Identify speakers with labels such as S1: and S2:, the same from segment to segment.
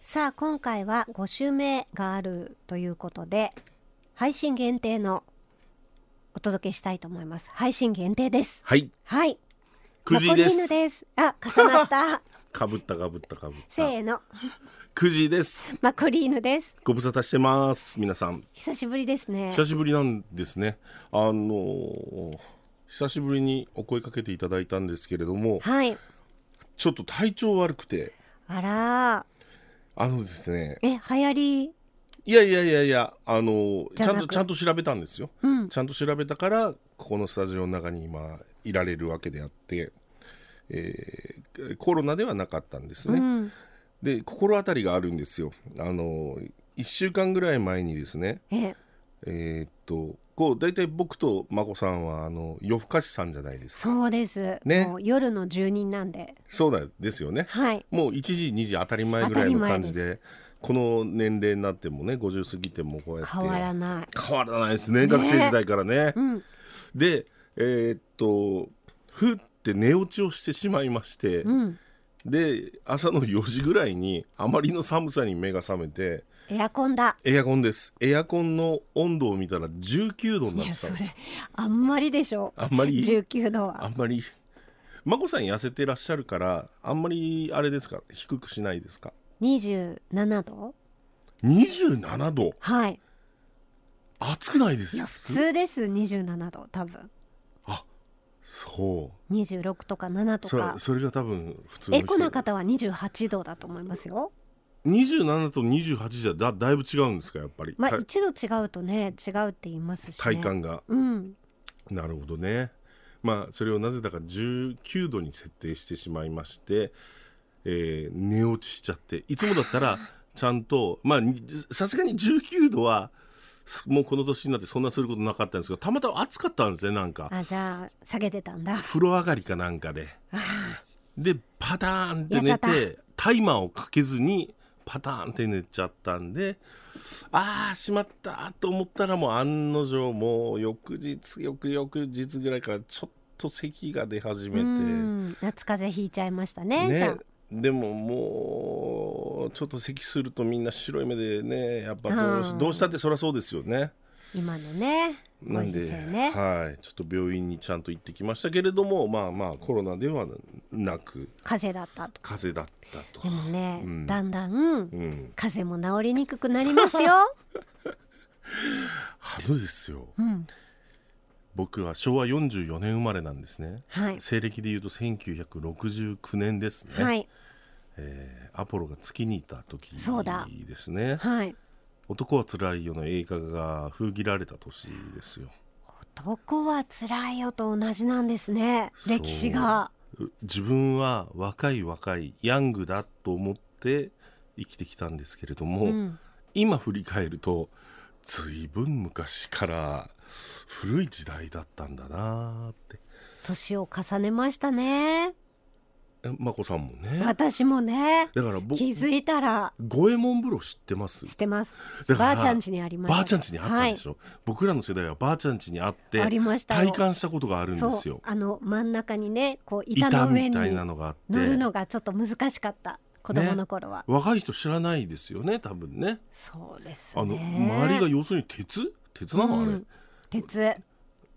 S1: さあ今回は5週目があるということで配信限定のお届けしたいと思います配信限定です
S2: はい、
S1: はい
S2: 9時で
S1: マコリーヌ
S2: す。
S1: ですあ重なった
S2: かぶったかぶったかぶった。
S1: せーの
S2: 9時です。
S1: マコリーヌです
S2: ご無沙汰してます。皆さん、
S1: 久しぶりですね
S2: 久しぶりなんですね。あのー久しぶりにお声かけていただいたんですけれども、
S1: はい
S2: ちょっと体調悪くて、
S1: あら
S2: あのですね、
S1: ーえ流行り
S2: いやいやいやいや、あのー
S1: じ
S2: ち
S1: ゃ
S2: ゃ
S1: なんく
S2: とちゃんと調べたんですよ。ちゃんと調べたから、ここのスタジオの中に今いられるわけであって、えーコロナではなかったんですね。
S1: うん
S2: で心当たりがあるんですよ。あの1週間ぐらい前にですね
S1: え
S2: えーっとこう大体僕と眞子さんはあの夜更かしさんじゃないですか
S1: そうです、
S2: ね
S1: もう夜の住人なんで
S2: そうなんですよね
S1: はい
S2: もう1時2時当たり前ぐらいの感じでこの年齢になってもね50過ぎてもこうやって
S1: 変わらない
S2: 変わらないですね学生時代からね
S1: うん
S2: でえーっとふって寝落ちをしてしまいまして、
S1: うん
S2: で朝の4時ぐらいにあまりの寒さに目が覚めて
S1: エアコンだ
S2: エアコンです。エアコンの温度を見たら19度にないっ
S1: や
S2: てた
S1: そ
S2: ん
S1: れ
S2: ですよ。
S1: あんまりでしょ
S2: あんまり、
S1: 19度は
S2: あんまり。眞子さん痩せてらっしゃるから、あんまりあれですか、低くしないですか。
S1: 27度
S2: 27度
S1: はい
S2: 暑くないで
S1: い
S2: す
S1: や普通です27度多分
S2: そ
S1: 26とか7
S2: う。
S1: と
S2: それ
S1: か
S2: それが多分普通の
S1: エ
S2: 人
S1: コな方は28度だと思いますよ
S2: 27と28じゃだだいぶ違うんですかやっぱり、
S1: まあ
S2: た
S1: 1度違うとね違うって言いますし、ね、
S2: 体感が
S1: うん
S2: なるほどね。まあそれをなぜだか19度に設定してしまいまして、えー寝落ちしちゃっていつもだっ たらちゃんとまあにさすがに19度はすもうこの年になってそんなすることなかったんですけどたまたま暑かったんですねなんか
S1: あじゃあ下げてたんだ
S2: 風呂上がりかなんかででパターンって
S1: や
S2: 寝
S1: っちゃ
S2: てタイマーをかけずにパターンって寝ちゃったんでああしまったと思ったらもう案の定もう翌日翌々日ぐらいからちょっと咳が出始
S1: う
S2: めて
S1: ん夏風邪ひいちゃいましたねじゃあ
S2: ねでももうちょっと咳するとみんな白い目でねやっぱどう
S1: う
S2: し
S1: ん
S2: どうしたってそりゃそうですよね。
S1: 今のねご
S2: なん
S1: 時
S2: で、
S1: 世ね
S2: はい、ちょっと病院にちゃんと行ってきましたけれども、まあまあコロナではなく
S1: 風邪だったと
S2: 風邪だっ
S1: で
S2: たと。
S1: もね、
S2: うん
S1: だんだん
S2: うん、
S1: 風邪も治りにくくなりますよ、
S2: あのですよ。
S1: うん、
S2: 僕は昭和44年生まれなんですね。
S1: はい
S2: 西暦で言うと1969年です ね。
S1: はい
S2: えーアポロが月にいた時
S1: そうだ
S2: ですね。
S1: はい
S2: 男は辛いよの映画が封切られた年ですよ。
S1: 男は辛いよと同じなんですね
S2: そう
S1: 歴史が
S2: う自分は若い若いヤングだと思って生きてきたんですけれども、
S1: うん
S2: 今振り返ると随分昔から古い時代だったんだなーって
S1: 年を重ねましたね
S2: え眞子さんもね
S1: 私もね
S2: だから僕
S1: 気づいたら
S2: 五右衛門風呂知ってます
S1: してます
S2: だ
S1: ば
S2: から
S1: あちゃん家にありました
S2: ばあちゃん家にあったでしょ、僕らの世代はばあちゃん家にあって
S1: ありましたよ
S2: 体感したことがあるん
S1: はい、
S2: です
S1: そう
S2: よ
S1: あの真ん中にねこう板
S2: 板
S1: の上
S2: み
S1: に
S2: たいなのがあって
S1: 乗るのがちょっと難しかった子供の頃は、
S2: 若い人知らないですよね多分ね
S1: そうですね
S2: あの周りが要するに鉄鉄なの、あ
S1: う
S2: れ
S1: ん鉄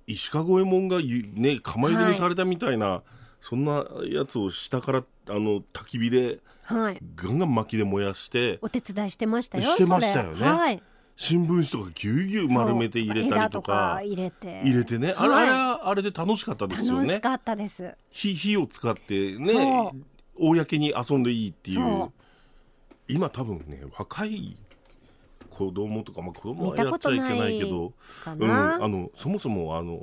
S2: 石川五右衛門がゆね釜茹でにされたみたいな、そんなやつを下からあの焚き火で
S1: はい
S2: ガンガン薪で燃やして
S1: お手伝いしてましたよ
S2: してましたよね
S1: それはい
S2: 新聞紙とかぎゅうぎゅう丸めて入れたりと
S1: そう枝とか
S2: か
S1: 入れて
S2: 入れてねあれ,、
S1: はい
S2: あれはあれで楽しかったですよ
S1: 楽し
S2: ね
S1: かったです
S2: 火火を使って
S1: そ
S2: ね公に遊んでいいってい
S1: そう
S2: う今多分ね若い子供とか、まあ、子供
S1: 見
S2: は
S1: た
S2: や
S1: こ
S2: っちゃ
S1: と
S2: いけ
S1: ない
S2: ないけど
S1: か
S2: うん、
S1: な、
S2: あのそもそもあの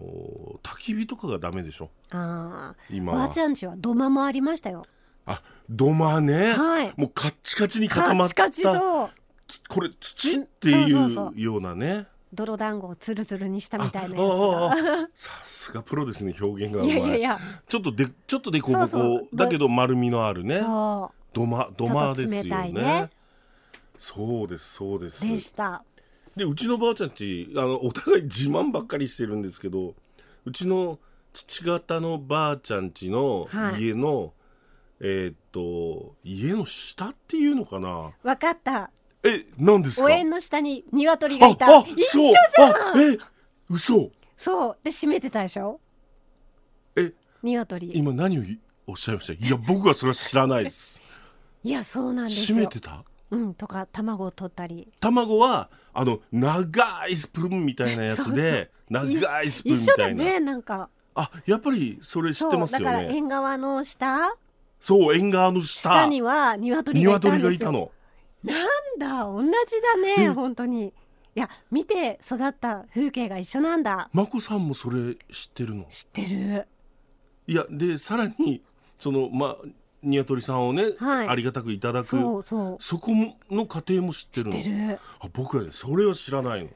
S2: 焚き火とかがダメでしょ
S1: あー
S2: 今
S1: ば
S2: は
S1: あちゃんちは土間もありましたよ
S2: あ土間ね、
S1: はい
S2: もうカッチカチに固ま
S1: カ
S2: っ
S1: チ
S2: た
S1: カチと
S2: つこれ土ってい
S1: そうそうそう
S2: ようなね
S1: 泥団子をつるつるにしたみたいなや
S2: あ
S1: つ
S2: あああさすがプロですね表現が
S1: が
S2: う
S1: い
S2: まい
S1: やいやいや
S2: ちょっとでちょっとでこぼこ
S1: そうそう
S2: だけど丸みのあるね
S1: そ
S2: 土間土間ですよ
S1: ちょっと冷た
S2: ね
S1: いね
S2: そうですそうで
S1: う
S2: す
S1: でした
S2: でうちのばあちゃんちあのお互い自慢ばっかりしてるんですけどうちの父方のばあちゃんちの
S1: はい
S2: 家の、えーっと家の下っていうのかな
S1: わかった。
S2: え何ですか
S1: お縁の下に鶏がいた。一緒
S2: そう
S1: じゃん。
S2: あえ嘘
S1: そう。で閉めてたでしょ。
S2: え
S1: 鶏。
S2: 今何をいおっしゃいましたいや僕はそれは知らないです
S1: いやそうなんです
S2: 閉
S1: よ。
S2: めてた
S1: うんとか卵を取ったり。
S2: 卵はあの長いスプーンみたいなやつで長いスプーンみ
S1: 一緒
S2: た
S1: だ
S2: いな、
S1: ねなんか。
S2: あやっぱりそれ知ってますよ
S1: そうだから
S2: ね
S1: 縁側の下
S2: そう縁側の下
S1: 下には鶏がいたんですよ。
S2: 鶏がいたの
S1: なんだ同じだね、
S2: うん
S1: 本当に。いや見て育った風景が一緒なんだ。
S2: 眞子さんもそれ知ってるの
S1: 知ってる。
S2: いやでさらにそのまあ鶏さんをね、
S1: はい
S2: ありがたくいただく
S1: そうそう。
S2: そこの家庭も知って
S1: 知
S2: る
S1: っ
S2: の
S1: てる。
S2: あ僕はねそれは知らないの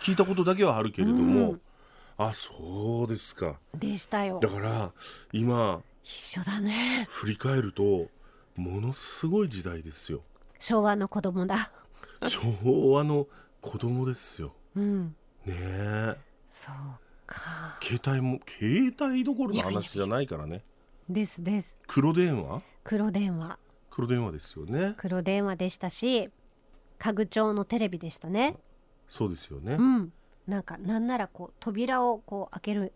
S2: 聞いたことだけはあるけれども、あそうですか
S1: でしたよ
S2: だ。から今
S1: 一緒だね。
S2: 振り返るとものすごい時代ですよ
S1: 昭和の子供だ。
S2: 昭和の子供ですよ
S1: うん。
S2: ねえ
S1: そうか。
S2: 携帯も携帯どころの話じゃないからね
S1: ですです。
S2: 黒電話
S1: 黒電話。
S2: 黒電話ですよね
S1: 黒電話でしたし、家具調のテレビでしたね。
S2: そうですよね
S1: うん。なんかなんならこう扉をこう開ける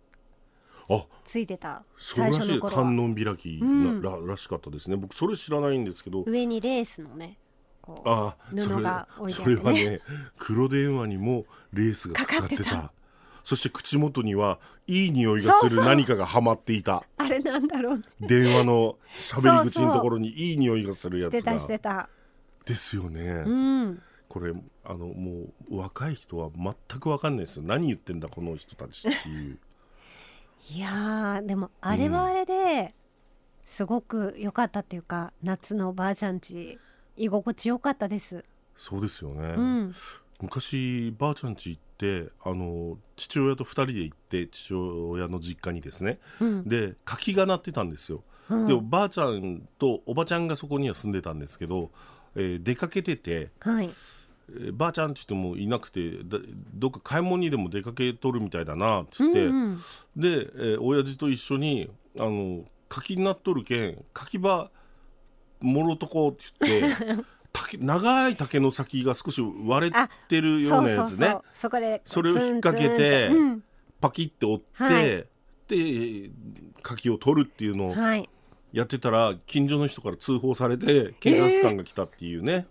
S2: あ
S1: ついてた
S2: そ
S1: 最
S2: うら
S1: 初
S2: し
S1: の
S2: い
S1: 頃
S2: 観
S1: は
S2: 音開きな、
S1: うん
S2: ららしかったですね僕それ知らないんですけど
S1: 上にレースのね、こう
S2: ああそ
S1: 布
S2: れ
S1: が置いてあ
S2: そ
S1: って
S2: れ
S1: ね
S2: はね黒電話にもレースがかかってた
S1: かかって
S2: そして口元にはいい匂いがす
S1: そう
S2: る
S1: そう
S2: 何かがはまっていた
S1: あれなんだろう。
S2: 電話のしゃべり口のところにいい匂いがするや
S1: し
S2: つ
S1: て
S2: が
S1: たしてた。
S2: ですよね、
S1: うん。
S2: これあのもう若い人は全くわかんないですよ何言ってんだこの人たちっていう
S1: いやーでもあれはあれで、すごく良かったっていうか夏のおばあちゃんち居心地良かったです。
S2: そうですよね、
S1: うん。
S2: 昔ばあちゃん家行ってあの父親と2人で行って父親の実家にですね
S1: うん。
S2: で柿が鳴ってたんですよ、
S1: うん
S2: でおばあちゃんとおばちゃんがそこには住んでたんですけど、えー出かけてて、
S1: はい。
S2: えーばあちゃんって言ってもいなくてだどっか買い物にでも出かけとるみたいだなって言って、
S1: うんうん
S2: で、えー親父と一緒にあの柿になっとるけん柿ばもろとこうって言って 竹長い竹の先が少し割れてるようなや
S1: そ
S2: つね
S1: うそうそうそこで
S2: それを引っ掛けて
S1: ツンツン
S2: パキって折って、
S1: はい
S2: で柿を取るっていうの
S1: と
S2: を
S1: うん、はい
S2: やってたら近所の人から通報されて警察官が来たっていうね、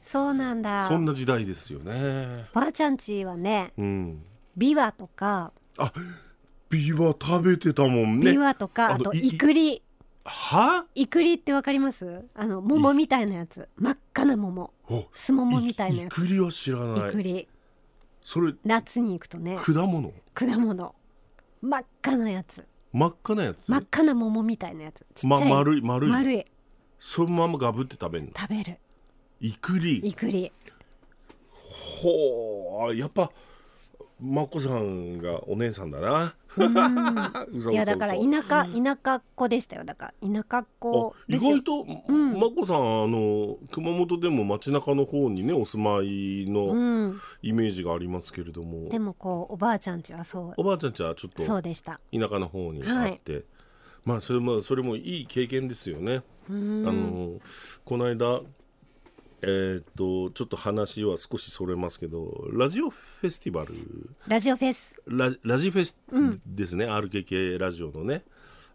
S1: そうなんだ
S2: そんな時代ですよね。
S1: ばあちゃんちはね
S2: うん、
S1: ビワとか、
S2: ビワ食べてたもんね
S1: ビ。ワとか
S2: あ
S1: あ
S2: の
S1: と
S2: い
S1: イクリ
S2: は
S1: イクリってわかりますあの桃みたいなやつ真っ赤な桃
S2: お
S1: すももみたいなや
S2: い
S1: つ
S2: くりは知らな
S1: イク
S2: い。
S1: リ
S2: それ
S1: 夏に行くとね
S2: 果物
S1: 果物真っ赤なやつ
S2: 真っ赤なやつ、
S1: 真っ赤な桃みたいなやつちっ
S2: ま
S1: ちゃい、
S2: 丸い丸い
S1: 丸い
S2: そのままガブって食べるの
S1: 食べる
S2: いく
S1: イ
S2: り
S1: ク リ
S2: ほうやっぱまこさんがお姉さんだな嘘嘘嘘
S1: いやだから田舎田舎っ子でしたよだから田舎っ子
S2: あ
S1: で
S2: 意
S1: すよ
S2: 外と、まこさんあの熊本でも街中の方にねお住まいの
S1: うん、
S2: イメージがありますけれども、
S1: でもこうおばあちゃんちはそ
S2: おばあちゃんちはちょっ
S1: う
S2: と
S1: そうでした
S2: 田舎の方にあって、まあそれもそれもいい経験ですよね。あのこの間えーっとちょっと話は少しそれますけどラジオフェスティバル
S1: ラジオフェス
S2: ララジフェスですね、RKK ラジオのね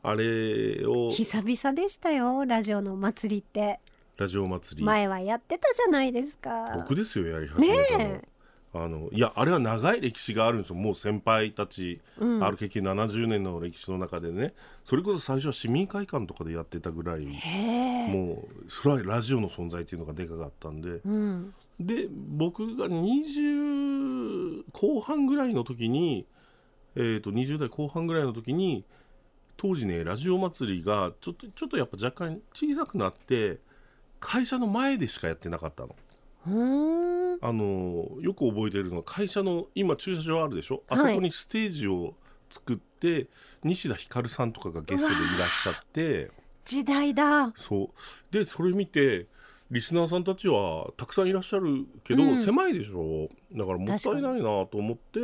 S2: あれを
S1: 久々でしたよラジオのお祭りって
S2: ラジオ祭り
S1: 前はやってたじゃないですか
S2: 僕ですよやり始めたの,、
S1: ねえ
S2: あのいやあれは長い歴史があるんですよもう先輩たち、RKK70 年の歴史の中でねそれこそ最初は市民会館とかでやってたぐらい
S1: へえ
S2: もうそれはラジオの存在っていうのがでかかったんで、
S1: うん
S2: で僕が20後半ぐらいの時に、えー、と20代後半ぐらいの時に当時ねラジオ祭りがちょっとちょっとやっぱ若干小さくなって会社の前でしかやってなかったの。
S1: うーん
S2: あのよく覚えてるのは会社の今駐車場あるでしょ、
S1: はい
S2: あそこにステージを作って西田ひかるさんとかがゲストでいらっしゃって
S1: 時代だ
S2: そうでそれ見てリスナーさんたちはたくさんいらっしゃるけど、
S1: うん
S2: 狭いでしょだからもったいないなと思って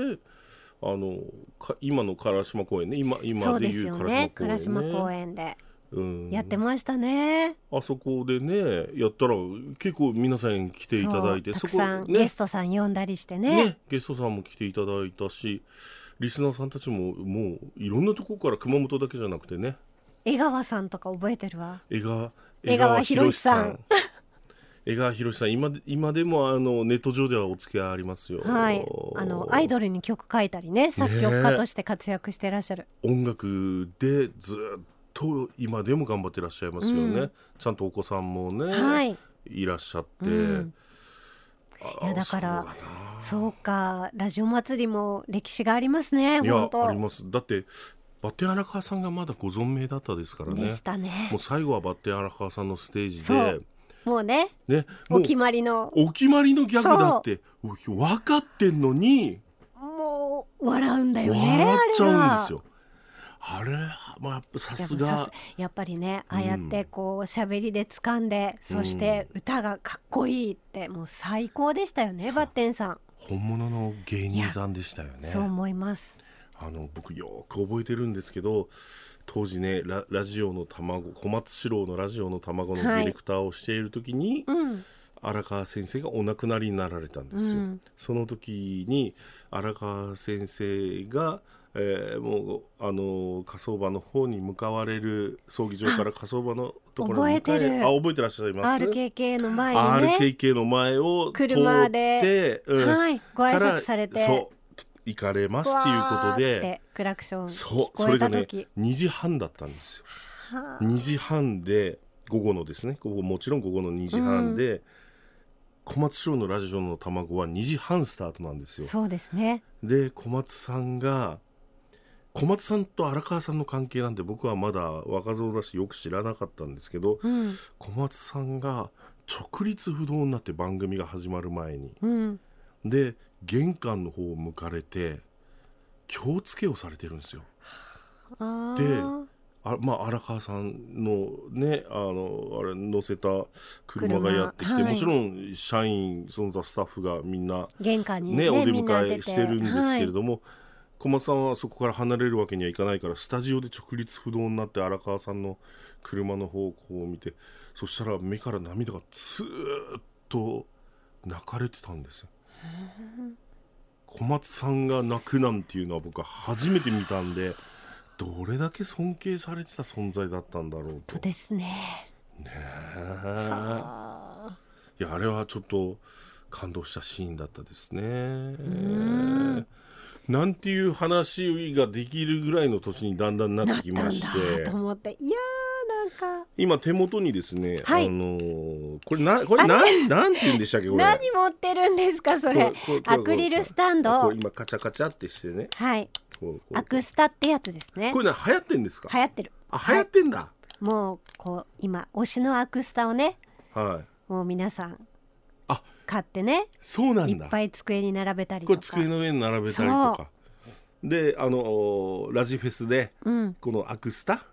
S2: あのか今の烏丸公園ね今
S1: そ
S2: 今
S1: う
S2: で
S1: で
S2: い
S1: す
S2: う
S1: よ
S2: 烏
S1: ね
S2: 丸
S1: 烏
S2: 公園
S1: 島
S2: ね
S1: 公園で
S2: うん
S1: やってましたね。
S2: あそこでねやったら結構皆さん来ていただいて
S1: そうたく
S2: こ
S1: さん、ゲストさん呼んだりしてね。
S2: ね、ゲストさんも来ていただいたしリスナーさんたちももういろんなとこから熊本だけじゃなくてね
S1: 江川さんとか覚えてるわ。
S2: 江川
S1: 江川博さん
S2: 江川博さん今で今でもあのネット上ではお付き合いありますよ
S1: はい、あのアイドルに曲書いたりね作曲家として活躍してらっしゃる、
S2: 音楽でずっと今でも頑張ってらっしゃいますよね、
S1: う
S2: ちゃんとお子さんもね、
S1: はい
S2: いらっしゃって、
S1: うん
S2: あ
S1: いやだから
S2: そうだな
S1: そうかラジオ祭りも歴史がありますね
S2: いや
S1: 本
S2: あり
S1: 当
S2: ますだってバッテン荒川さんがまだご存命だったですからね
S1: でしたね
S2: もう最後はバッテン荒川さんのステージ
S1: そ
S2: で
S1: う、もうね
S2: ね、も
S1: お
S2: う
S1: 決まりの
S2: お決まりのギャグだって分かってんのに
S1: もう笑うんだよね
S2: 笑っちゃうんです
S1: よ
S2: よ。あれは、まあ、やっぱさすが
S1: やっぱりねああやってこう喋りで掴んで、そして歌がかっこいいってもう最高でしたよねバッテンさん、
S2: 本物の芸人さんでしたよね。
S1: そう思います
S2: あの僕よく覚えてるんですけど当時ねララジオの卵小松四郎のラジオの卵のディレクターをしている時に、
S1: うん
S2: 荒川先生がお亡くなりになられたんですよ。
S1: うん
S2: その時に荒川先生が、えーもうあの火葬場の方に向かわれる葬儀場から火葬場のところに向
S1: 覚
S2: か
S1: えてる
S2: あ覚えてらっしゃいます
S1: RKK の前にね
S2: RKK の前を通って
S1: 車で
S2: うん
S1: はいご挨拶
S2: から
S1: されて
S2: そう行かれますっていうこと
S1: わーっ
S2: で
S1: てクラクション聞
S2: そう
S1: こ
S2: それ
S1: え
S2: が
S1: た
S2: ね
S1: 時、
S2: 2時半だったんですよ。
S1: はあ
S2: 2時半で午後のですね午後もちろん午後の2時半で、小松賞のラジオの卵は2時半スタートなんですよ
S1: そうですね
S2: で小松さんが小松さんと荒川さんの関係なんて僕はまだ若造だしよく知らなかったんですけど
S1: うん
S2: 小松さんが直立不動になって番組が始まる前に
S1: うん
S2: で玄関の方を向かれて気をつけをされてるんですよ
S1: あー
S2: であまあ、荒川さんのねあのあれ乗せた車がやってきて、
S1: 車はい
S2: もちろん社員その他スタッフがみんな、
S1: 玄関に
S2: ね
S1: ね
S2: お出
S1: みんな
S2: 迎えしてるんですけれ
S1: はい
S2: ども、小松さんはそこから離れるわけにはいかないからスタジオで直立不動になって荒川さんの車の方をこう見てそしたら目から涙がずーっと泣かれてたんですよ。小松さんが泣くなんていうのは僕は初めて見たんでどれだけ尊敬されてた存在だったんだろうと
S1: そう。ですね
S2: ね
S1: あ
S2: えいやあれはちょっと感動したシーンだったですね。なんていう話ができるぐらいの年にだんだんなってき
S1: ーな
S2: ま
S1: ん
S2: し
S1: だ
S2: て
S1: と思っていやーなんか
S2: 今手元にですね、
S1: はい
S2: あのーこれなこれなんなんて言うんでしたっけこれ
S1: 何持ってるんですかそれ
S2: こここ
S1: アクリルスタン
S2: こ
S1: ド
S2: れ今カチャカチャってしてね
S1: はい
S2: こうこう
S1: アクスタってやつですね
S2: これな流行ってんですか
S1: 流行ってる
S2: あ流行ってんだ
S1: もうこう今推しのアクスタをね
S2: はい
S1: もう皆さん
S2: あ
S1: 買ってね
S2: そうなんだ
S1: いっぱい机に並べたり
S2: ことれ
S1: か
S2: 机の上に並べたりとかであのラジフェスで
S1: うん
S2: このアクスタ、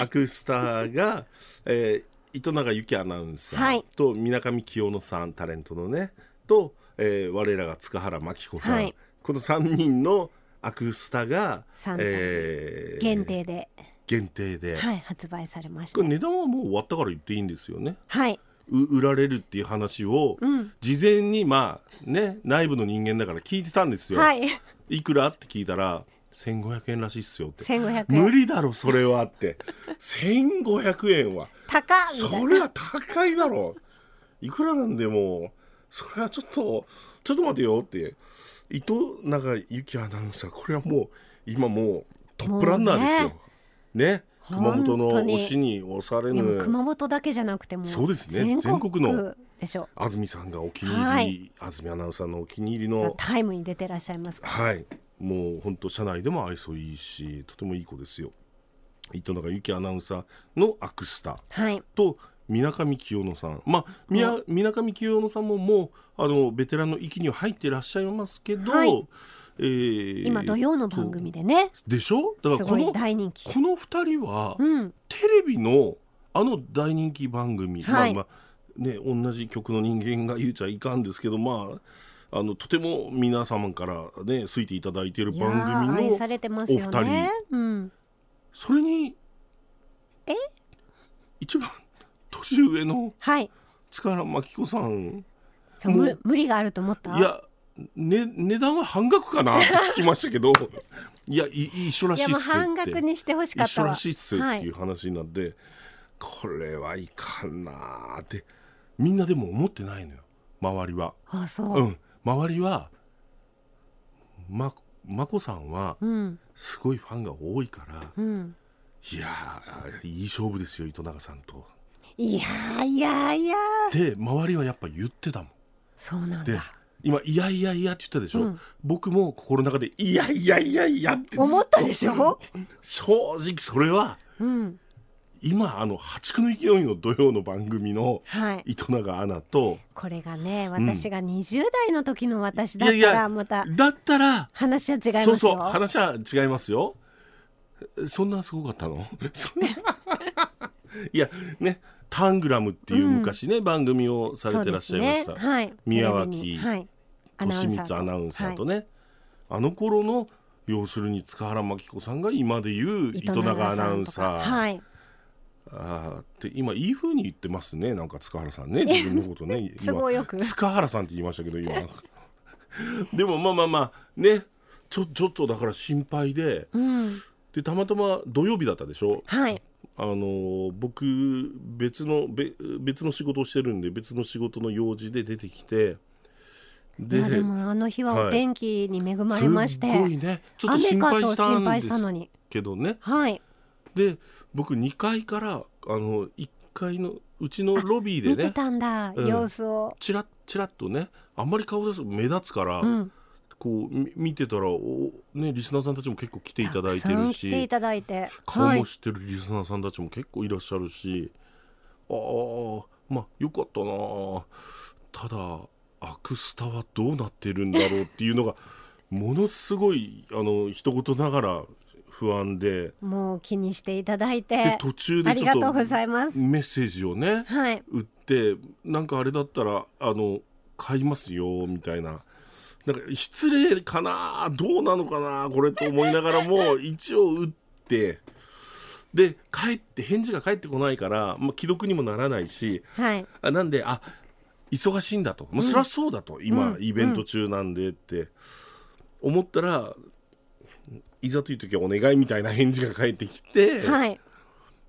S2: アクスタが、 えー糸永由紀アナウンサ
S1: はい
S2: ーと水上清野さんタレントのねと、えー我らが塚原真紀子さん、
S1: はい
S2: この3人のアクスタが
S1: 三、体
S2: えー
S1: 限定で、
S2: 限定で、
S1: はい発売されまし
S2: こ
S1: た
S2: れ値段はもう終わったから言っていいんですよね。
S1: はい、
S2: う売られるっていう話を、
S1: うん、
S2: 事前にまあね内部の人間だから聞いてたんですよ。
S1: はい
S2: いくらって聞いたら1500円らしいっすよって
S1: 1500円
S2: 無理だろそれはって1500円は
S1: 高っみたい
S2: そ
S1: な
S2: れは高いだろいくらなんでもそれはちょっとちょっと待てよって糸永由紀アナウンサーこれはもう今もうトップランナーですよ。
S1: も
S2: ね熊
S1: 本当に
S2: 本の推しに押され
S1: でも
S2: ぬ
S1: 熊本だけじゃなくても
S2: そうですね全国の
S1: でしょ
S2: 安住さんがお気に入り、
S1: はい
S2: 安住アナウンサーのお気に入りの
S1: タイムに出てらっしゃいますから
S2: はいもう本当社内でも愛想いいしとてもいい子ですよ糸永由紀アナウンサーのアクスタ
S1: はい
S2: と水上清野さんまあみや水上清野さんももうあのベテランの域には入ってらっしゃいますけど、
S1: はい
S2: えー
S1: 今土曜の番組でね
S2: でしょだ
S1: すご
S2: からこ
S1: い
S2: の
S1: 大人気
S2: この2人は
S1: うん
S2: テレビのあの大人気番組、
S1: はい
S2: まあまあね、同じ曲の人間が言うちゃいかんですけど、まあ、あのとても皆様から、ね、好いていただいている
S1: いやー
S2: 番組
S1: 愛
S2: の
S1: されてますよ
S2: お二
S1: ねうん
S2: それに一番年上の
S1: はい
S2: 塚真紀子さん
S1: そう
S2: もう
S1: む無理があると思った
S2: いや、ね、値段は半額かなって聞きましたけ どいやい一緒ら
S1: い
S2: しい
S1: や
S2: っす
S1: もう
S2: って
S1: 半額にしてほしかっ
S2: 一
S1: た
S2: 緒
S1: わ
S2: らしいっすって
S1: はいいう
S2: 話になって、これはいかんなーってみんなでも思ってないのよ周りは。
S1: あそう、
S2: うん、周りはま眞子さんは
S1: うん
S2: すごいファンが多いから、
S1: うん、
S2: いやーいい勝負ですよ糸永さんと。
S1: いやいやいや
S2: で周りはやっぱ言ってたもん。
S1: そうなん
S2: で
S1: だ
S2: 今「いやいやいや」って言ったでしょ、
S1: うん
S2: 僕も心の中で「いやいやいやいや」って
S1: 思ったでしょ、
S2: 正直それは
S1: うん、
S2: 今あの破竹の勢いの土曜の番組の
S1: はい
S2: 糸永アナと
S1: これがね
S2: ん
S1: 私が20代の時の私だっ
S2: い
S1: た
S2: やいや
S1: らまた
S2: だったら
S1: 話は違います
S2: そ
S1: よ
S2: うそう話は違いますよそんなすごかったの そ んないやねタングラムっていう昔ね、番組をされてらっしゃいました、
S1: そうですねはい、
S2: 宮脇
S1: テレビにはい、アナウ
S2: 利
S1: ンサーと
S2: 光アナウンサーとね、あの頃の要するに塚原真紀子さんが今で言う糸永アナウンサー、
S1: 糸永さんとかはい
S2: あーって今いい風に言ってますねなんか塚原さんね自分のことね
S1: 都合よく
S2: 今塚原さんって言いましたけど今 でもまあまあまあねちょちょっとだから心配で
S1: うん
S2: でたまたま土曜日だったでしょ
S1: はい
S2: あのー僕別のべ別の仕事をしてるんで別の仕事の用事で出てきて
S1: いやでもあの日は
S2: はい
S1: お天気に恵まれまして、
S2: すっごいねちょっと
S1: 雨
S2: 心
S1: か
S2: 配
S1: と
S2: した
S1: 心
S2: んで
S1: 配した
S2: す
S1: のに
S2: けどね
S1: はい
S2: で僕2階からあの1階のうちのロビー
S1: 見
S2: で
S1: て
S2: ね
S1: たんだ、
S2: うん
S1: 様子を、
S2: チラッチラッとねあんまり顔出すと目立つから、
S1: うん、
S2: こうみ見てたらお、ね、リスナーさんたちも結構来ていただいて
S1: たくさ
S2: る
S1: ん来てい
S2: した
S1: だいて
S2: 顔
S1: はい
S2: も知ってるリスナーさんたちも結構いらっしゃるし、ああまあよかったなあただアクスタはどうなってるんだろうっていうのが ものすごいあの一言ながら不安で
S1: もう気にしていただい
S2: で
S1: て
S2: 途中
S1: あ
S2: で
S1: り
S2: ちょっ
S1: が
S2: と
S1: とうございます
S2: メッセージをね
S1: はい
S2: 売ってなんかあれだったらあの買いますよみたいな。なんか失礼かなどうなのかなこれと思いながらも一応打ってで帰って返事が返ってこないから、まあ、既読にもならないし
S1: はい
S2: あなんであ忙しいんだと、まあ、そりゃそうだと、今
S1: うん
S2: イベント中なんでって思ったらいざという時はお願いみたいな返事が返ってきて、
S1: はい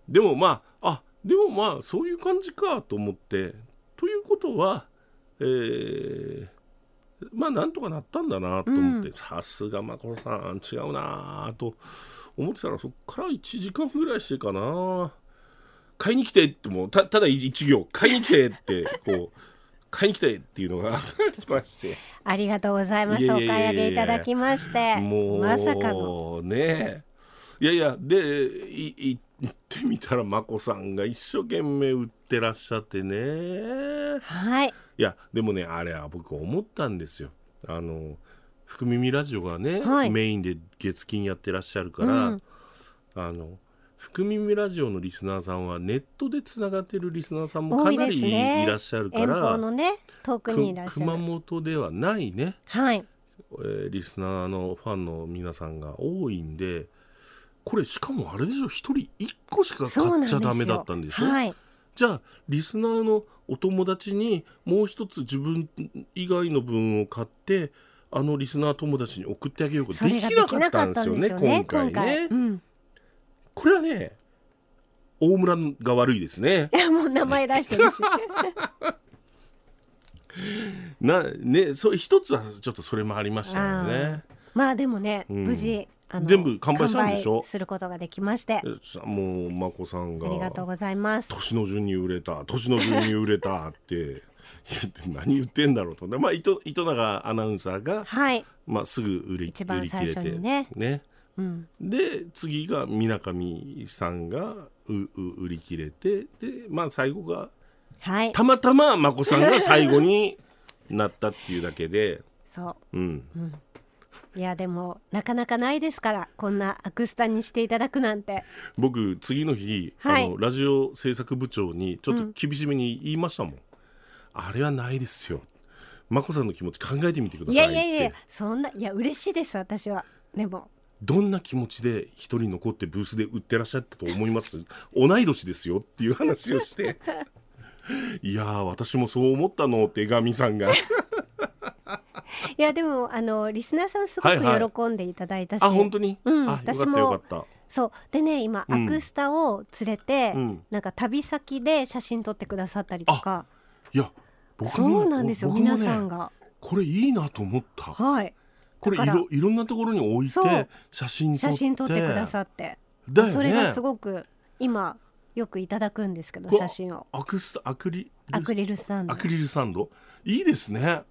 S2: でもまああでもまあそういう感じかと思ってということはえーまあなんとかなったんだなと思って、
S1: う
S2: さすがまころさん違うなあと思ってたらそっから1時間ぐらいしてかな買いに来てってもうたただ一行買いに来てってこう買いに来てっていうのがありまして
S1: ありがとうございます
S2: いや
S1: お
S2: いやいや
S1: 買
S2: い
S1: い
S2: や
S1: 上げいただきまして
S2: もう
S1: まさかの
S2: ねえいやいやでいい行ってみたら眞子さんが一生懸命売ってらっしゃってね
S1: はい
S2: いやでもねあれは僕思ったんですよあの福耳ラジオがね、
S1: はい
S2: メインで月金やってらっしゃるから、
S1: うん
S2: あの福耳ラジオのリスナーさんはネットでつながってるリスナーさんも
S1: 多
S2: か
S1: い
S2: な
S1: ですね
S2: りいらっしゃるか
S1: 遠
S2: ら、
S1: 方のね遠くにいらっ
S2: く
S1: しゃ
S2: 熊
S1: る
S2: 本ではないね
S1: はい
S2: えーリスナーのファンの皆さんが多いんでこれしかもあれでしょ1人1個しか
S1: そうなん
S2: 買
S1: で
S2: っ
S1: す
S2: ち
S1: よ
S2: ゃダメだったんでしょ
S1: はい
S2: じゃあリスナーのお友達にもう一つ自分以外の分を買ってあのリスナー友達に送ってあげよう
S1: そ
S2: かで
S1: れ
S2: き
S1: がで
S2: な
S1: き
S2: か
S1: な
S2: っ
S1: かっ
S2: たんで
S1: た
S2: す
S1: ん
S2: よ
S1: で
S2: ね
S1: すよね
S2: 今回ね
S1: うん、
S2: これはね大村が悪いですね
S1: いやもう名前出してる し
S2: なねそう一つはちょっとそれもありましたよ
S1: あ
S2: ね
S1: まあでもね、
S2: うん
S1: 無事あの
S2: 全部完売したんでしょ
S1: 完売することができましてあ
S2: えさもう眞子さんが
S1: りがとうございます
S2: 年の順に売れた年の順に売れたって 言って何言ってんだろうとね、まあ、糸糸永アナウンサーが、
S1: はい、
S2: まあ、すぐ売り
S1: 一番
S2: 売り切れて
S1: 最初にねうん、
S2: で次が水上さんがうう売り切れてで、まあ、最後が
S1: はい
S2: たまたま眞子さんが最後になったっていうだけで、
S1: そ
S2: うん、
S1: ういやでもなかなかないですからこんなアクスタにしていただくなんて
S2: 僕次の日、
S1: はい
S2: あのラジオ制作部長にちょっと厳しめに言いましたもん、あれはないですよ眞子さんの気持ち考えてみてくだ
S1: い
S2: さいっ
S1: や
S2: て
S1: いやいやそんないや嬉しいです私はでも
S2: どんな気持ちで一人残ってブースで売ってらっしゃったと思います同い年ですよっていう話をして いやー私もそう思ったのってガミさんが
S1: いやでもあのリスナーさんすご
S2: はいはい
S1: く喜んでいただいたし、
S2: あ本当に、
S1: うん
S2: あよかった
S1: 私も
S2: よかった
S1: そうでね今、
S2: うん
S1: アクスタを連れて、
S2: うん
S1: なんか旅先で写真撮ってくださったりとか
S2: いや僕
S1: そ
S2: も
S1: うなんですよ、
S2: 僕もね
S1: 皆さんが
S2: これいいなと思った
S1: はい
S2: これい
S1: だから
S2: ろいろんなところに置い
S1: そ
S2: て
S1: う
S2: 写真撮っ
S1: 写
S2: て
S1: 真撮ってくださって、
S2: だよね
S1: それがすごく今よくいただくんですけど
S2: こう
S1: 写真を
S2: アクスタアクリル
S1: アクリルスタンド
S2: アクリルスタンドいいですね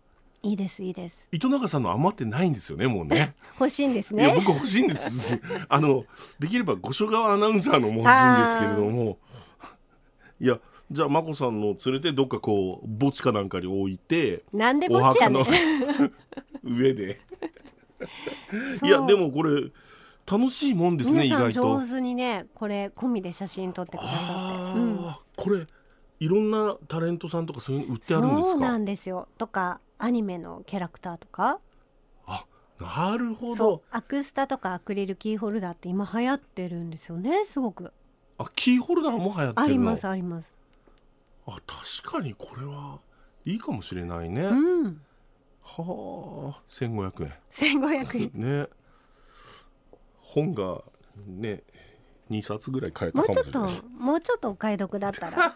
S1: いいですいいです
S2: 糸永さんの余ってないんですよねもうね
S1: 欲しいんです
S2: いや
S1: ね
S2: 僕欲しいんです あのできれば五所川アナウンサーのも欲しいんですけれどもいやじゃあ眞子さんのを連れてどっかこう墓地かなんかに置いて
S1: なんでぼ
S2: お
S1: っちや
S2: 墓
S1: ねん
S2: の 上で
S1: そ
S2: いうやでもこれ楽しいもんですね意
S1: 皆さん
S2: 外と
S1: 上。手にねこれ込みで写真撮ってくださ
S2: あ
S1: っ
S2: あ
S1: て、うん、
S2: ーこれいろんなタレントさんとかそういうの売ってあるんで
S1: そ
S2: す
S1: う
S2: か
S1: なんですよとかアニメのキャラクターとか
S2: あなるほ
S1: そ
S2: ど
S1: うアクスタとかアクリルキーホルダーって今流行ってるんですよねすごく
S2: あキーホルダーも流行ってるの
S1: ありますあります
S2: あ確かにこれはいいかもしれないね、
S1: う
S2: は
S1: ん
S2: あ1500円
S1: 1500円
S2: ね本がね2冊ぐらい買えた
S1: もう
S2: かもし
S1: ちょ
S2: れ
S1: っ
S2: ない
S1: ともうちょっとお買い得だったら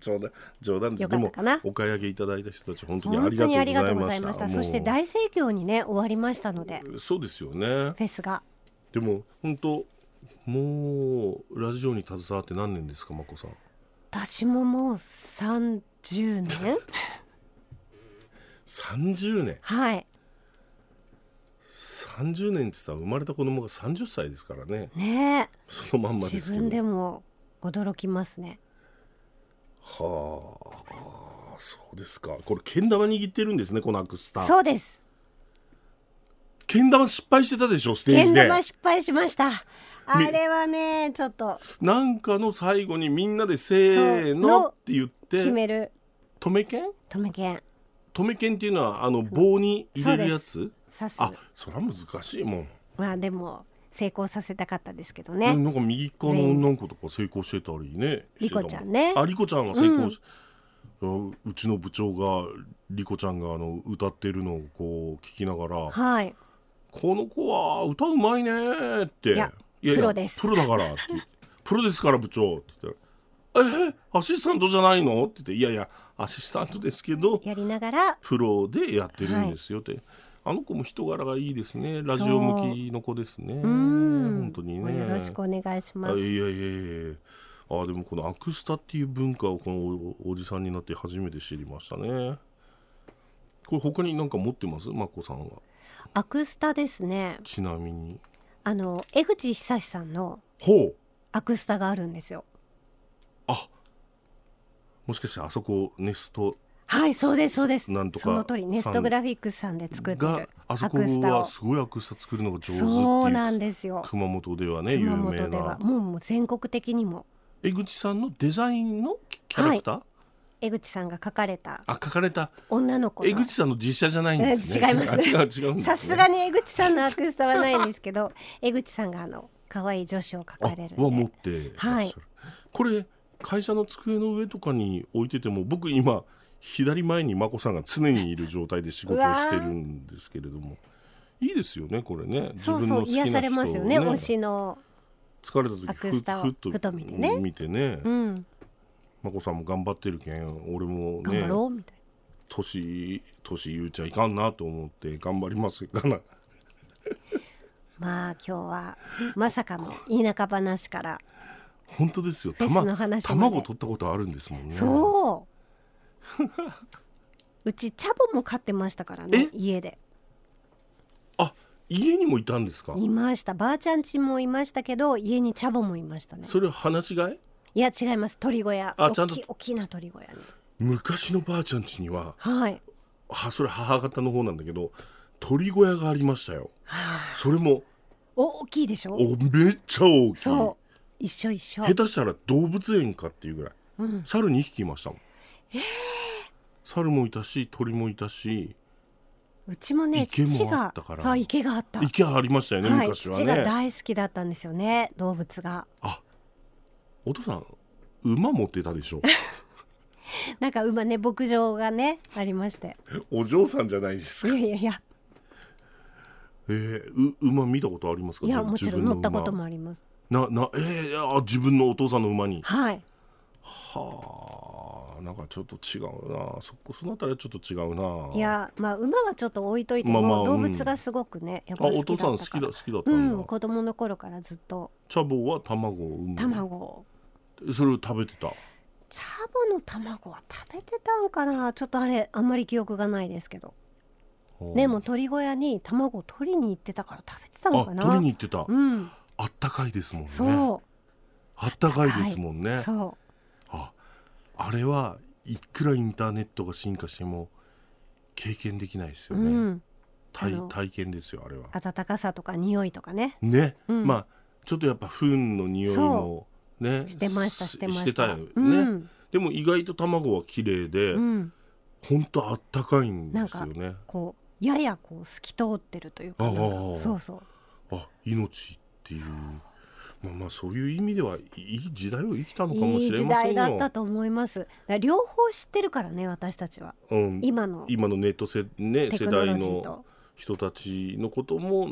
S2: 冗談冗談で
S1: よ
S2: す
S1: か
S2: で
S1: った
S2: も
S1: かな
S2: お買い上げいた だいた人たち本当にあ
S1: 本
S2: り
S1: 当にあり
S2: が
S1: が
S2: と
S1: と
S2: う
S1: う
S2: ご
S1: ござ
S2: ざい
S1: い
S2: ま
S1: ま
S2: し
S1: したたそして
S2: も
S1: 大盛況にね終わりましたので
S2: うそうですよね
S1: フェスが
S2: でも本当もうラジオに携わって何年ですか眞子さん
S1: 私ももう30年
S2: 30年
S1: はい
S2: 30年ってさ生まれた子供が30歳ですからね
S1: ね
S2: そのまんまです
S1: 自
S2: けど
S1: 分でも驚きますね
S2: はあそうですかこれけん玉握ってるんですねこのアクスタ
S1: そうです
S2: けん玉失敗してたでしょステー
S1: け
S2: ジ
S1: ん
S2: で
S1: 玉失敗しましたあれはねちょっと
S2: なんかの最後にみんなでせーの
S1: そう
S2: って言っ
S1: 決
S2: て
S1: める
S2: 止め剣
S1: 止めけん
S2: 止め剣っていうのはあの棒に入れるやつ
S1: 刺す
S2: あそりゃ難しいもん、
S1: まあでも成功させたかったですけど
S2: う
S1: ね
S2: んなんか右側の女の子とか成功してたりね
S1: リコちゃんね
S2: あリコちゃんは成功し、ううちの部長がリコちゃんがあの歌ってるのをこう聞きながら
S1: はい
S2: この子は歌うまいねーって。
S1: いやプロです
S2: プロだからって言って。プロですから部長って言ったら、えーアシスタントじゃないのって言って、いやいや、アシスタントですけど、
S1: やりながら
S2: プロでやってるんですよって。あの子も人柄がいいですね。ラジオ向きの子ですね。
S1: うん
S2: 本当にね。
S1: よろしくお願いしま
S2: あ
S1: す
S2: いやいやいやいや。あでもこのアクスタっていう文化をこのおおじさんになって初めて知りましたね。これ他に何か持ってますまこさんは。
S1: アクスタですね
S2: ちなみに。
S1: あの江口久志さんの
S2: ほう。
S1: アクスタがあるんですよ
S2: あもしかしてあそこネスト
S1: はいそうですそうです
S2: なんとか
S1: その通りネストグラフィックスさんで作って
S2: が
S1: る
S2: あ
S1: ア
S2: そこ
S1: クスタ
S2: は
S1: を
S2: すごいアクスタ作るのが上手って
S1: そう
S2: い
S1: な
S2: うん
S1: ですよ
S2: 熊本ではね有
S1: 熊
S2: 名
S1: 本では
S2: な
S1: もうもう全国的にも
S2: 江口さんのデザインのキキャラクター、
S1: 江口さんが書かれた
S2: あ書かれた
S1: 女の子の
S2: 江口さんの実写じゃないんですね
S1: え違います
S2: あ違う違うんです、ね、
S1: さすがに江口さんのアクスタはないんですけど 江口さんがあの可愛い女子を
S2: あ
S1: 描かれるんで
S2: は持ってらっしゃるこれ会社の机の上とかに置いてても僕今左前に眞子さんが常にいる状態で仕事をしてるんですけれどもいいですよねこれね自
S1: そう
S2: 分
S1: そ
S2: の
S1: う
S2: 好きな
S1: 癒
S2: 人
S1: されますよね
S2: を
S1: 推しの
S2: 疲れた時
S1: アクスタを
S2: ふふっ
S1: ふ
S2: と
S1: と
S2: 見
S1: 見
S2: て
S1: て
S2: ね
S1: ねうん
S2: 眞子さんも頑張ってるけん俺も
S1: 頑
S2: ね
S1: 張ろうみたい
S2: 年年言うちゃいかんなと思って頑張りますがな
S1: な、まあ今日はまさかの田舎話から
S2: 本当ですよ
S1: フェス
S2: たま
S1: の話まで
S2: 卵取ったことあるんですもんね
S1: そううちチャボも飼ってましたからね
S2: え
S1: 家で
S2: あ家にもいたんですか
S1: いましたばあちゃんちもいましたけど家にチャボもいましたね
S2: それ話し飼い
S1: いや違います鳥小屋
S2: あ
S1: 大
S2: ちゃんと
S1: き大きな鳥小屋に
S2: 昔のばあちゃん家には
S1: はい
S2: はそれ母方の方なんだけど鳥小屋がありましたよそれも
S1: お大きいでしょ
S2: おめっちゃ大き
S1: そ
S2: い下
S1: う一緒一緒
S2: 手したら動物園かっていうぐらい、猿2匹いましたもん、猿もいたし鳥もいたし
S1: うちもね
S2: 池も
S1: 父
S2: あっ
S1: が
S2: たから
S1: そう池があった
S2: 池ありましたよね、
S1: はい、
S2: 昔は
S1: 父が
S2: ね
S1: 大好きだったんですよね動物が
S2: あお父さん馬持ってたで しょ
S1: なんか馬ね牧場がねありまして
S2: お嬢さんじゃないです
S1: い
S2: か
S1: やいやいや
S2: えー、う馬見たことありますか
S1: いや
S2: 自分
S1: もちろん乗
S2: 自分の馬
S1: ったこともあります
S2: ななえー、あ自分のお父さんの馬に
S1: はい
S2: はあなんかちょっと違うなそこそのあたりはちょっと違うない
S1: やまあ馬はちょっと置いといて
S2: まあ
S1: も、
S2: まあ
S1: 動物がすごくねやっ
S2: あ
S1: ぱ
S2: お
S1: 好きだ
S2: 父
S1: ったか
S2: さ
S1: ら
S2: ん好きだ好きだった
S1: うん
S2: だ、
S1: ん子供の頃からずっと
S2: チャボは卵を産む
S1: 卵を
S2: それを食べてた
S1: チャボの卵は食べてたんかなちょっとあれあんまり記憶がないですけどでも鶏小屋に卵を取りに行ってたから食べてたの
S2: あ
S1: かな
S2: 取りに行ってた、
S1: うん
S2: あったかいですもんね
S1: そ
S2: あったか
S1: う
S2: いですもんね
S1: はいそう
S2: ああれはいくらインターネットが進化しても経験できないですよね、
S1: うん、
S2: 体
S1: あの
S2: 体験ですよあれは
S1: 暖かさとか匂いとかね
S2: ね、
S1: うん
S2: まあちょっとやっぱ糞の匂いもね
S1: してました
S2: し
S1: してました
S2: たよね、
S1: うん
S2: でも意外と卵は綺麗で、
S1: うん、
S2: ほんとあったかいんですよね
S1: こうややこう透き通ってるというかなんか
S2: ああああ
S1: そうそう
S2: あ命っていうまあまあそういう意味ではいい時代を生きたのかも
S1: いい
S2: しれ
S1: 時
S2: ません
S1: 代
S2: よ
S1: だったと思いますだから両方知ってるからね私たちは
S2: うん、
S1: 今のテ
S2: 今のネット世,、ね、世
S1: クノ
S2: 代
S1: ロジー
S2: の
S1: と
S2: 人たちのことも、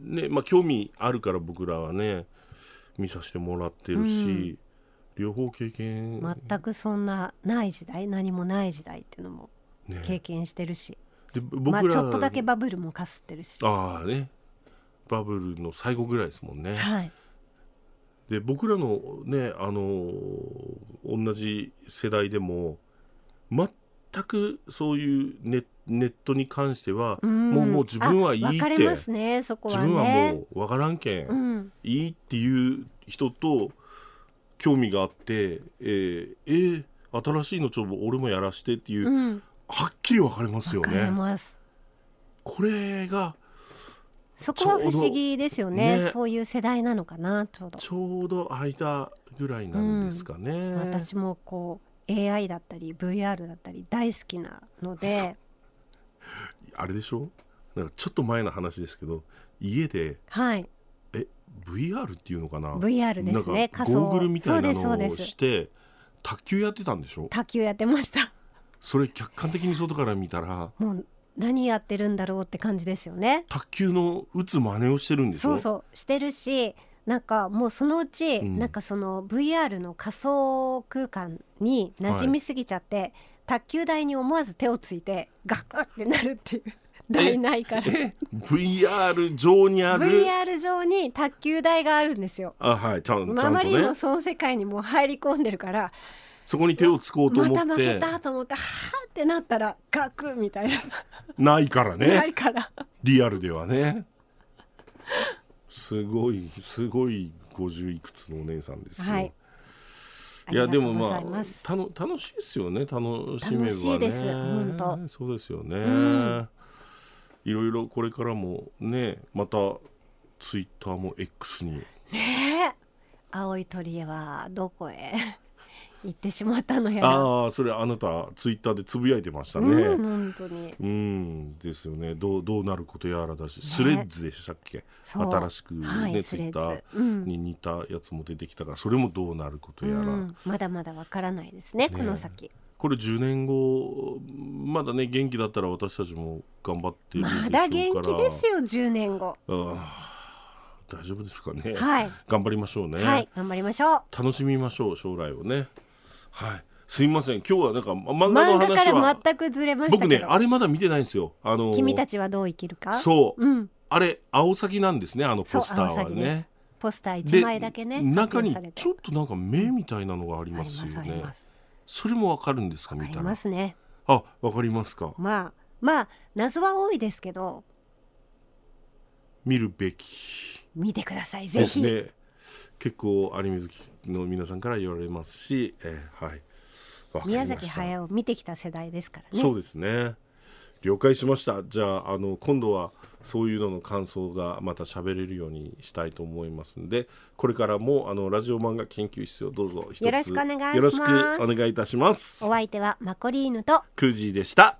S2: ねまあ、興味あるから僕らはね見させてもらってるし、両方経験、
S1: 全くそんなない時代何もない時代っていうのも
S2: ね、
S1: 経験してるし、
S2: で僕
S1: ま
S2: ら、
S1: あちょっとだけバブルもかすってるし
S2: ああねバブルの最後ぐらいですもんね。
S1: はい
S2: で僕らのねあのー同じ世代でも全くそういうネネットに関しては、
S1: ん
S2: もうもう自分はいい
S1: あ
S2: って
S1: 分かれますねそこ
S2: 自
S1: は
S2: 分は
S1: ね
S2: もう分からんけん、
S1: うん
S2: いいっていう人と興味があってえーえー新しいのちょっと俺もやらしてっていう、
S1: うん
S2: はっきり分かれます
S1: 分
S2: よ
S1: かれ
S2: ね。
S1: ます
S2: これが
S1: そこは不思議ですよ
S2: ちょうど
S1: ね
S2: ね
S1: そういう世代なのかなちょうど
S2: ちょうど間ぐらいなんですかね。
S1: 私もこう AI だったり VR だったり大好きなので
S2: あれでしょなんかちょっと前の話ですけど家で
S1: はい
S2: え VR っていうのかな
S1: VR ですね
S2: なんか
S1: 仮想
S2: ゴーグルみたいな
S1: そう
S2: の
S1: ですそうで
S2: を
S1: す
S2: して卓球やってたんでしょ
S1: 卓球やってました
S2: それ客観的に外から見たら
S1: もう何やってるんだろうって感じですよね
S2: 卓球の打つ真似をしてるんでしょ
S1: そうそうしてるしなんかもうそのうち、
S2: うん
S1: なんかその VR の仮想空間に馴染みすぎちゃって、卓球台に思わず手をついてガクってなるっていう台ないから
S2: え VR 上にある
S1: VR 上に卓球台があるんですよ
S2: あはいちゃんちゃ
S1: あ
S2: ん
S1: ま
S2: と
S1: りにも
S2: ね
S1: その世界にもう入り込んでるから
S2: そこに手をつこうと
S1: ま
S2: 思
S1: た
S2: っ
S1: 負
S2: て
S1: けたと思ってはーってなったらガクみたいな
S2: ないから
S1: な
S2: ね
S1: いから
S2: リアルではねすごいすごい50いくつのお姉さんですよ、
S1: はい
S2: いやでもま
S1: りがとうござい
S2: あ
S1: す
S2: たの楽しいですよね楽しめばね
S1: 楽しいです本
S2: そうですよね、
S1: ん
S2: いろいろこれからもねまたツイッターも X に
S1: ねえ青い鳥はどこへ 行ってしまったのやら
S2: ああそれあなたツイッターでつぶやいてましたね
S1: うん本当に
S2: うん、ですよねどうどうなることやらだし、スレッズでしたっけ
S1: そう
S2: 新しくね、
S1: はい
S2: ツ
S1: ス
S2: イ
S1: レ
S2: ッ
S1: ッズ
S2: ターに似たやつも出てきたからそれもどうなることや
S1: う
S2: ら、
S1: んまだまだわからないですねこの先
S2: これ10年後まだね元気だったら私たちも頑張ってるでしょうから
S1: まだ元気ですよ10年後
S2: あー大丈夫ですかね、
S1: はい
S2: 頑張りましょうね、
S1: はい頑張りましょう
S2: 楽しみましょう将来をねはいすいません今日はなんかま漫画の
S1: 漫
S2: 話
S1: 画か
S2: は
S1: ら全くずれましたけど
S2: 僕ねあれまだ見てないんですよあのー
S1: 君たちはどう生きるか
S2: そう、
S1: うん
S2: あれ青崎なんですねあの
S1: そう
S2: ポスター
S1: ア
S2: は
S1: オサギです
S2: ね
S1: ポスター
S2: で
S1: 1枚だけね
S2: 中に
S1: 発表されて
S2: ちょっとなんか目みたいなのがあり
S1: あ
S2: ま
S1: り
S2: す
S1: ます
S2: よ
S1: あり
S2: ね
S1: ます
S2: それもわかるんですか
S1: あ
S2: 見
S1: り
S2: た
S1: ま
S2: ら
S1: すね
S2: あわかりますか
S1: まあまあ謎は多いですけど
S2: 見るべき
S1: 見てくださいぜ
S2: です
S1: ひ、
S2: ね結構アニメ好きの皆さんから言われますし、えーはいわかりま
S1: 宮
S2: した
S1: 崎駿を見てきた世代ですからね
S2: そうですね了解しましたじゃああの今度はそういうのの感想がまた喋れるようにしたいと思いますのでこれからもあのラジオ漫画研究室をどうぞ一つ
S1: よろしくお願いします
S2: よろしくお願いいたします
S1: お相手はマコリーヌと
S2: クージーでした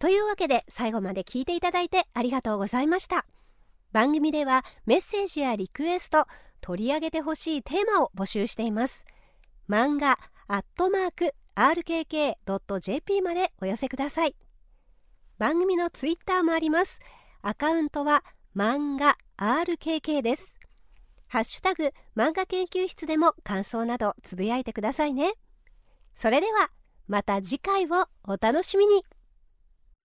S1: というわけで最後まで聞いていただいてありがとうございました番組ではメッセージやリクエスト取り上げてほしいテーマを募集しています漫画アットマーク rkk.jp までお寄せください番組のツイッターもありますアカウントは漫画 rkk ですハッシュタグ漫画研究室でも感想などつぶやいてくださいねそれではまた次回をお楽しみに